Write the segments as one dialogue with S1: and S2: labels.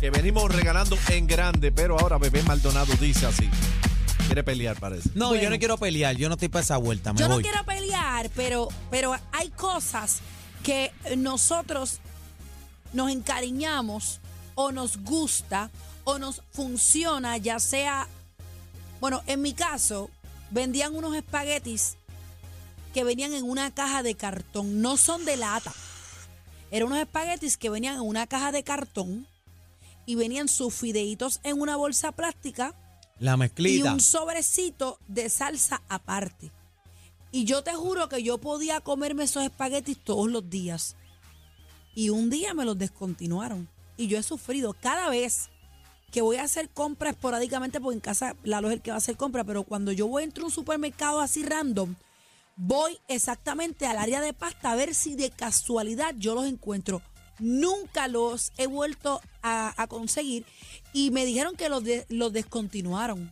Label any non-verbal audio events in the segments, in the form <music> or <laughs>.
S1: Que venimos regalando en grande, pero ahora Bebé Maldonado dice así. Quiere pelear, parece.
S2: No, yo no quiero pelear, yo no estoy para esa vuelta, me
S3: Yo no
S2: voy.
S3: quiero pelear, pero, pero hay cosas que nosotros nos encariñamos o nos gusta o nos funciona, ya sea, bueno, en mi caso, vendían unos espaguetis que venían en una caja de cartón, no son de lata. Eran unos espaguetis que venían en una caja de cartón y venían sus fideitos en una bolsa plástica
S2: La
S3: y
S2: mezclita.
S3: un sobrecito de salsa aparte. Y yo te juro que yo podía comerme esos espaguetis todos los días. Y un día me los descontinuaron. Y yo he sufrido cada vez que voy a hacer compra esporádicamente, porque en casa Lalo es el que va a hacer compra, pero cuando yo voy entro a un supermercado así random, voy exactamente al área de pasta a ver si de casualidad yo los encuentro. Nunca los he vuelto a, a conseguir y me dijeron que los, de- los descontinuaron.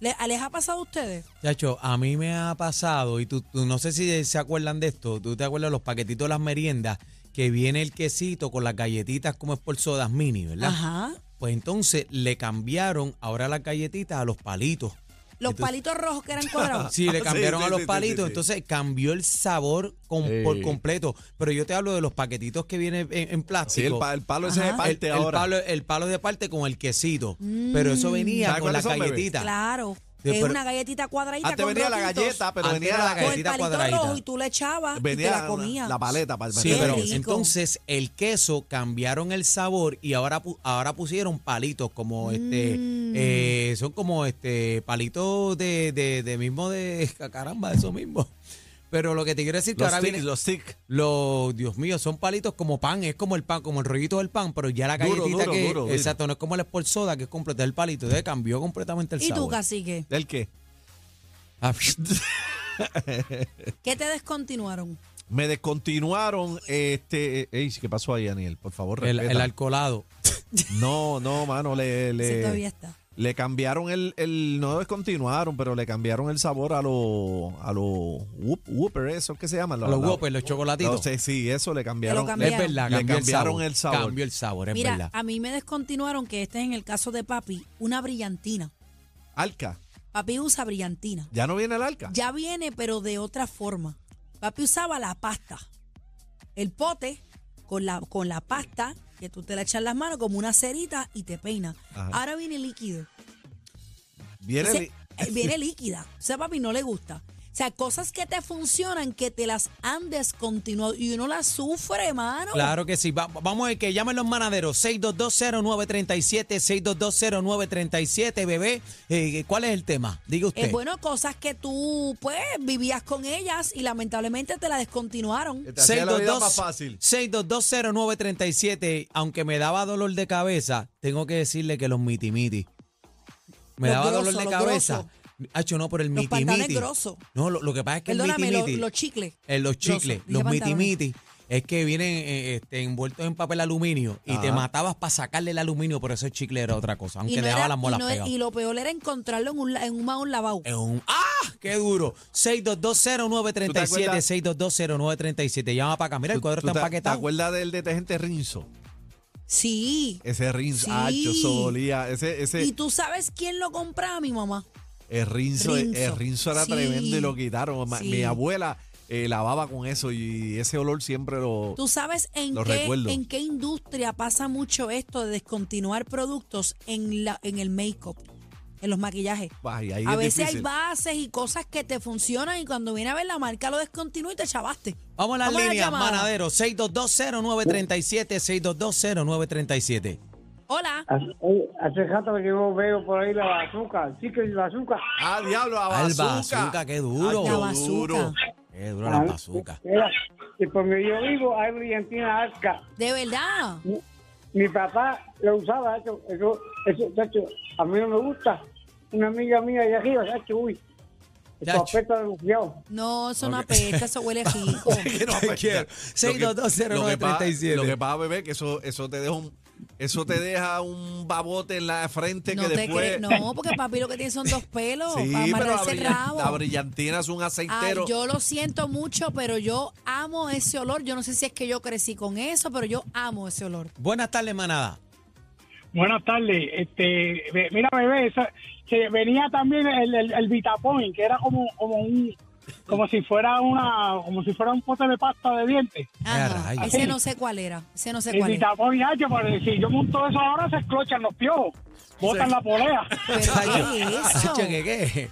S3: ¿Le- ah, ¿Les, ha pasado a ustedes?
S2: Chacho, a mí me ha pasado, y tú, tú no sé si se acuerdan de esto, tú te acuerdas de los paquetitos de las meriendas, que viene el quesito con las galletitas como es por sodas mini, ¿verdad?
S3: Ajá.
S2: Pues entonces le cambiaron ahora las galletitas a los palitos.
S3: Los
S2: Entonces- ah,
S3: palitos rojos que eran
S2: <laughs>
S3: cuadrados.
S2: Sí,
S1: <laughs>
S2: le
S1: Sí,
S2: cambiaron
S1: sí,
S2: a los
S1: sí, sí,
S2: palitos,
S1: sí, sí.
S2: entonces cambió el sabor con-
S1: Sí.
S2: por completo. Pero yo te hablo de los paquetitos que vienen en, en
S1: Sí,
S2: plástico.
S1: el, pa- el palo ese de
S3: Ajá.
S1: parte
S2: el, el
S1: ahora.
S2: palo, el palo de parte con el quesito. Pero eso venía
S1: ¿Sabes
S2: con
S1: cuáles
S2: las
S1: son, bebé?
S2: galletitas.
S3: Mm. Claro.
S2: Sí,
S3: es
S2: pero-
S3: una galletita cuadradita.
S1: Antes
S3: con
S1: venía la
S3: rotitos,
S1: galleta, pero
S2: Antes
S1: venía la
S2: era la
S3: Con el
S1: galleta.
S2: galletita
S3: palito
S2: cuadradita.
S3: rojo y tú le echabas y
S1: Venía
S3: te la comías.
S1: la paleta para el
S2: Sí,
S3: Qué
S2: pero
S3: rico.
S2: entonces el queso cambiaron el sabor y ahora, pu- ahora pusieron palitos como este,
S3: Mm.
S2: eh, son como este palitos de, de, de mismo de <laughs> ah, caramba, eso mismo. Pero lo que te quiero decir que
S1: Los
S2: ahora
S1: stick,
S2: viene
S1: los stick.
S2: los Dios mío, son palitos como pan, es como el pan, como el rollito del pan, pero ya la
S1: Duro,
S2: galletita
S1: duro,
S2: que
S1: duro, duro.
S2: exacto, no es como el sport soda que es completar el palito, entonces cambió completamente el
S3: ¿Y tú,
S2: sabor.
S3: cacique?
S1: ¿El qué?
S2: Ah, <laughs>
S3: ¿Qué
S2: <laughs>
S3: te descontinuaron?
S1: Me descontinuaron este. Ey, ¿qué pasó ahí, Daniel? Por favor,
S2: el,
S1: respeta.
S2: el alcoholado.
S1: No, no, mano, le,
S3: Si todavía
S1: le,
S3: está.
S1: le cambiaron el, el. No descontinuaron, pero le cambiaron el sabor a los. A los. Whoop, whooper, ¿eso qué se llama?
S2: los huevos, los chocolatitos.
S1: No sé, sí, eso le cambiaron.
S3: Te lo
S2: Es
S3: cambiaron.
S2: verdad,
S1: Le
S2: cambió
S1: cambiaron
S2: el
S1: el
S2: sabor.
S1: sabor.
S2: Cambió el sabor, es
S3: Mira, ah,
S2: verdad.
S3: a mí me descontinuaron que este es en el caso de papi, una brillantina.
S1: Alca.
S3: Papi usa brillantina.
S1: Ya no viene el alca.
S3: Ya viene, pero de otra forma. Papi usaba la pasta. El pote con la, con la pasta, que tú te la echas en las manos como una cerita y te peina.
S1: Ajá.
S3: Ahora viene líquido.
S1: Viene
S3: Ese-
S1: el-
S3: eh, viene líquida. O sea, papi, no le gusta. O sea, cosas que te funcionan, que te las han descontinuado y uno las sufre, mano.
S2: Claro que sí. Va- vamos a ver que llamen los manaderos. 6220937, 6220937, bebé. Eh, ¿Cuál es el tema? Diga usted.
S3: Es bueno, cosas que tú, pues, vivías con ellas y lamentablemente te las descontinuaron.
S1: Te hacía la vida más fácil.
S2: 6220937, aunque me daba dolor de cabeza, tengo que decirle que los mitimiti. Me
S3: Los
S2: daba
S3: grosos,
S2: dolor de
S3: los
S2: cabeza. Hacho, no, por el
S3: Los pantalones
S2: mitimiti.
S3: grosos.
S2: No, lo, lo que pasa es que
S3: Perdóname,
S2: el
S3: lo-
S2: mitimiti.
S3: los chicles.
S2: En Eh, los chicles,
S3: Grosos, dije
S2: los
S3: pantalones.
S2: mitimiti, es que vienen eh, este, envueltos en papel aluminio y te
S1: Ajá.
S2: matabas para sacarle el aluminio, por eso el chicle era otra cosa, aunque
S3: no
S2: dejaba
S3: era-
S2: las molas
S3: y no era-
S2: pegadas.
S3: y lo peor era encontrarlo en un, la- en un maón lavado.
S2: Es un ¡Ah! ¡Qué duro! 6220937,
S1: acuerdas?
S2: 6220937, llama para acá. Mira, el cuadro
S1: ¿Tú
S2: está
S1: te- ¿Te
S2: empaquetado.
S1: acuerdas del detergente Rinzo?
S3: Sí.
S1: Ese Rinzo.
S3: Sí.
S1: Ah, yo solía. Ese,
S3: ¿Y
S1: ese,
S3: tú sabes quién lo compraba, mi mamá?
S1: el Rinzo,
S3: Rinzo.
S1: El Rinzo era
S3: Sí.
S1: tremendo y lo quitaron. Ma-
S3: Sí.
S1: Mi abuela eh, lavaba con eso y ese olor siempre lo.
S3: ¿Tú sabes en
S1: Lo
S3: qué,
S1: recuerdo.
S3: en qué industria pasa mucho esto de descontinuar productos en, la, en el make-up, en los maquillajes?
S1: Ay, ahí
S3: A
S1: es
S3: veces hay
S1: difícil.
S3: bases y cosas que te funcionan y cuando viene a ver la marca lo descontinúa y te chavaste.
S2: Vamos a las líneas,
S3: llamada.
S2: manadero. 6220937, 6220937.
S3: Hola.
S4: Hace, oye, hace rato que yo veo por ahí la bazooka, el chicle y la bazooka.
S1: Ah, diablo, a
S2: Al
S1: bazooka.
S2: bazooka, qué duro.
S1: Ay,
S3: La
S1: yo
S3: bazooka.
S1: duro.
S2: Qué dura la bazooka.
S4: Era- y por donde yo vivo hay brillantina alca.
S3: De verdad.
S4: Mi papá lo usaba, eso, eso, eso, chacho, a mí no me gusta. Una amiga mía de arriba, chacho, uy, eso
S2: Chacho.
S4: apesta de bufiao.
S3: No, eso no apesta, eso
S2: <laughs>
S3: huele rico.
S1: <laughs>
S2: Que no quiero.
S1: Lo que pasa- Lo que
S2: 6220937.
S1: pasa, bebé, que eso, eso te deja un, eso te deja un babote en la frente
S3: No
S1: que
S3: te
S1: después.
S3: crees, no, porque papi lo que tiene son dos pelos
S1: <laughs> Sí,
S3: para
S1: pero la,
S3: amarrarse el
S1: brillan- la
S3: rabo.
S1: brillantina es un
S3: Ay,
S1: aceitero.
S3: yo lo siento mucho, pero yo amo ese olor. Yo no sé si es que yo crecí con eso, pero yo amo ese olor.
S2: Buenas tardes, manada.
S5: Buenas tardes. Este, ve- mira, bebé, esa- se venía también el, el, el Vitapoint, que era como, como un, como si fuera una, como si fuera un pote de pasta de dientes.
S2: Ah,
S3: Ah, no,
S2: rayos.
S3: ese no sé cuál era. Ese no sé
S5: El
S3: cuál era.
S5: Vitapoint, ay, que para- pues, si yo monto eso ahora se esclochan los piojos, botan la polea.
S3: Pero
S1: <laughs>
S3: ¿qué es eso?
S2: Chacho, ¿qué, qué?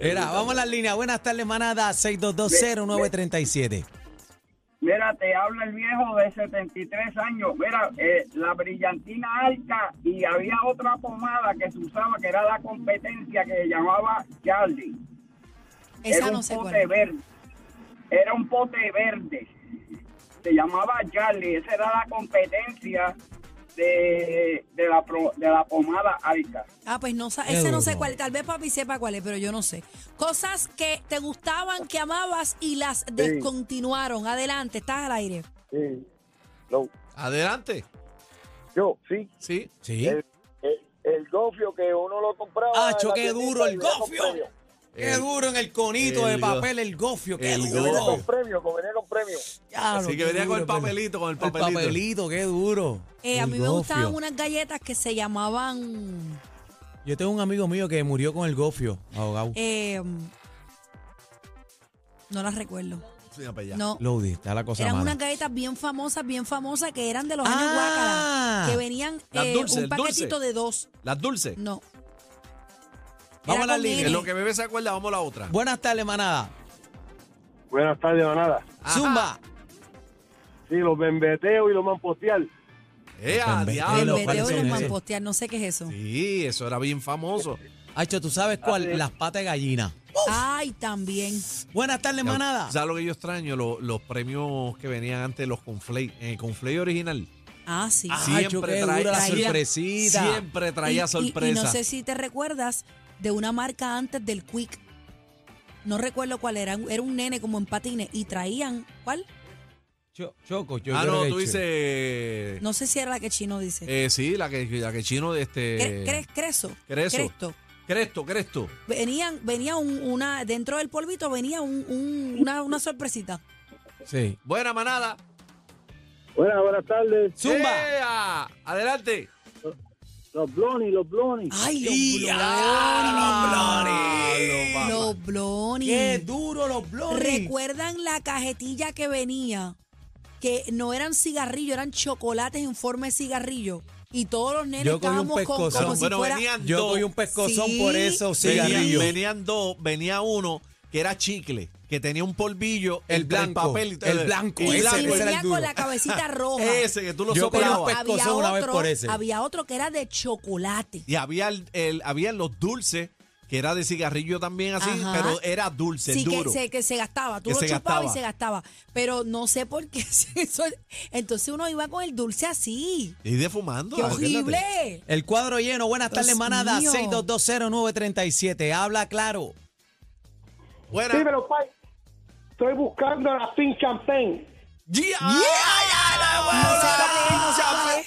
S2: Era, vamos a la línea. Buenas tardes, manada. 6220937.
S6: Mira, te habla el viejo de 73 años. Mira, eh, la brillantina alta y había otra pomada que se usaba que era la competencia que se llamaba Charlie.
S3: Esa
S6: era
S3: no
S6: un
S3: sé
S6: pote
S3: cuál era.
S6: verde. Era un pote verde. Se llamaba Charlie. Esa era la competencia de, de, la, pro- de la pomada alta.
S3: Ah, pues no, sa-
S2: Qué
S3: ese
S2: duro.
S3: no sé cuál. Tal vez papi sepa cuál es, pero yo no sé. Cosas que te gustaban, que amabas y las descontinuaron. Adelante, estás al aire.
S7: Sí. No.
S1: Adelante.
S7: Yo, sí.
S1: Sí.
S2: Sí.
S7: El, el- el gofio que uno lo compraba. en
S2: Acho,
S7: la
S2: qué
S7: tiendita
S2: duro el
S7: y venía con
S2: gofio.
S7: premio.
S2: Qué
S1: El-
S2: duro en el conito de
S1: el
S2: papel, el gofio. Qué
S1: el
S7: Venía
S2: duro.
S7: con
S1: gofio.
S7: premio, que venía con premio.
S2: Claro,
S1: Así que
S2: qué
S1: venía con el
S2: duro,
S3: pues.
S2: pero-
S1: papelito, con el
S2: El
S1: papelito.
S2: papelito, qué duro.
S3: Eh, a
S2: El
S3: mí me
S2: gofio.
S3: gustaban unas galletas que se llamaban
S2: Yo tengo un amigo mío que murió con el gofio, ahogado.
S3: Eh, no las recuerdo.
S1: Sí, ya, pues ya.
S3: No.
S2: Lodi, está la cosa
S3: Eran
S2: mala.
S3: unas galletas bien famosas, bien famosas, que eran de los años
S2: Ah.
S3: Guácala. Que venían
S1: Las
S3: eh,
S1: dulces,
S3: un
S1: el dulce.
S3: paquetito de dos.
S1: Las dulces.
S3: No.
S2: Vamos a la
S3: con
S2: línea.
S1: En
S3: N.
S1: lo que bebé se acuerda, vamos a la otra.
S2: Buenas tardes, manada.
S7: Buenas tardes, manada.
S1: Ajá.
S2: Zumba.
S7: Sí, los bembeteos y los mamposteos.
S1: ¡Ea,
S2: Los
S3: El
S1: Eh, diablo!
S2: Pues, Velo, ¿cuáles
S3: veteo y
S2: son
S3: los
S2: esos?
S3: mampostear, no sé qué es eso.
S1: Sí, eso era bien famoso.
S2: Hacho, ¿tú sabes cuál? Las patas de gallina.
S3: Ay, también.
S2: Buenas tardes, manada.
S1: ¿Sabes lo que yo extraño? Lo- los premios que venían antes, los conflay. En el conflay original.
S3: Ah, sí.
S2: Ah,
S1: siempre
S2: Hacho, qué
S1: trae-
S2: dura la
S1: traía-
S2: sorpresita.
S1: Siempre
S3: Y-
S1: traía
S3: y-
S1: sorpresa.
S3: Y, no sé si te recuerdas de una marca antes del Quick. No recuerdo cuál era. Era un nene como en patines. Y traían, ¿cuál?
S2: Cho- Choco, yo
S1: ah,
S2: creo
S1: no,
S2: que
S1: tú
S2: he hecho.
S1: dices.
S3: No sé si era la que Chino dice.
S1: eh, sí, la que, la que chino de este.
S3: Cre- cre- creso.
S1: Creso.
S3: Cresto.
S1: Cresto, Cresto.
S3: Venían, venía un- una, dentro del polvito venía un- un- una, una sorpresita.
S2: Sí.
S1: Buena manada.
S7: Buenas, buenas tardes.
S2: Zumba.
S1: ¡Ea! Adelante.
S7: Los blonis, los blonis.
S6: Ah.
S3: Ay,
S2: ¡Ya,
S1: blonis!
S3: los blonis. Los blonis.
S2: ¡Qué duro los blonis!
S3: ¿Recuerdan la cajetilla que venía? Que no eran cigarrillos, eran chocolates en forma de cigarrillo. Y todos los nenes
S2: Yo cogí un
S3: estábamos con,
S2: pescozón.
S3: como si
S1: Bueno,
S3: fuera...
S1: venían
S2: Yo
S1: dos.
S2: cogí un pescozón
S3: Sí.
S2: por esos
S1: Venían,
S2: cigarrillos.
S1: venían dos, venía uno que era chicle, que tenía un polvillo,
S2: El
S1: entre
S2: blanco,
S1: papel y todo.
S2: el blanco,
S3: Y,
S1: el
S3: y
S2: ese-
S1: blanco.
S2: ese era el
S3: venía
S2: duro.
S3: con
S2: <laughs>
S3: la cabecita roja.
S1: Ese que tú lo
S2: Yo cogí un
S1: soplabas.
S2: pe- pescozón una vez por ese.
S3: había otro que era de chocolate.
S1: Y había, el, el- había los dulces, que era de cigarrillo también así,
S3: Ajá.
S1: pero era dulce, el
S3: sí, que
S1: duro.
S3: se, que se gastaba. Tú
S1: Que
S3: lo
S1: se
S3: chupabas
S1: gastaba.
S3: y se gastaba. Pero no sé por qué <laughs> se hizo- Entonces uno iba con el dulce así.
S1: Y de fumando.
S3: ¡Qué
S1: acuérdate.
S3: horrible!
S2: El cuadro lleno. Buenas
S3: Dios
S2: tardes, manada.
S3: mío.
S2: 6220937. Habla claro.
S1: Buena.
S4: Sí, pero pai, estoy buscando la pin champagne.
S1: Yeah.
S3: No sé cuál es,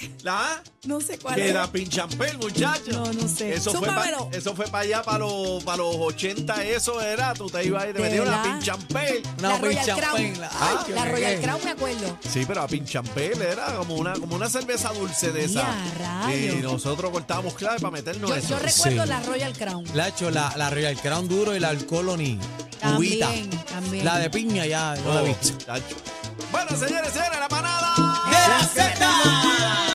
S3: no sé cuál
S1: La
S3: No sé cuál
S1: que
S3: era.
S1: era pinchampel, muchacho.
S3: No, no sé.
S1: Eso fue, pa-
S3: Zúmbamelo.
S1: eso fue para allá, para los, para los 80, eso era. Tú te ibas y te
S3: ¿De
S1: metías una
S3: verdad?
S1: pinchampel.
S3: La Royal
S2: pincha
S3: Crown.
S2: pela.
S3: Ah,
S2: Ay,
S3: La
S2: qué
S3: Royal
S2: bien.
S3: Crown, me acuerdo.
S1: Sí, pero a pinchampel era como una, como una cerveza dulce de esa.
S3: Ya, rayos.
S1: Y nosotros cortábamos clave para meternos
S3: Yo,
S1: eso.
S3: yo recuerdo
S2: Sí.
S3: la Royal Crown.
S2: Lacho, la, la Royal Crown duro y la Colony.
S3: También,
S2: Cubita.
S3: también.
S2: La de piña ya, no la he visto.
S1: Tacho. Bueno, señores, señores, la manada.
S2: De la Z.